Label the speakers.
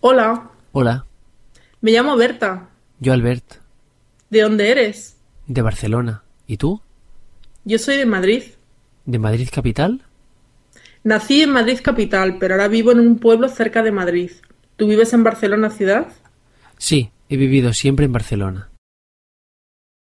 Speaker 1: Hola,
Speaker 2: Hola,
Speaker 1: me llamo Berta.
Speaker 2: yo Albert,
Speaker 1: ¿De dónde eres?
Speaker 2: de Barcelona. ¿Y tú?
Speaker 1: Yo soy de Madrid.
Speaker 2: ¿De Madrid capital?
Speaker 1: Nací en Madrid capital, pero ahora vivo en un pueblo cerca de Madrid. ¿Tú vives en Barcelona ciudad?
Speaker 2: Sí, he vivido siempre en Barcelona.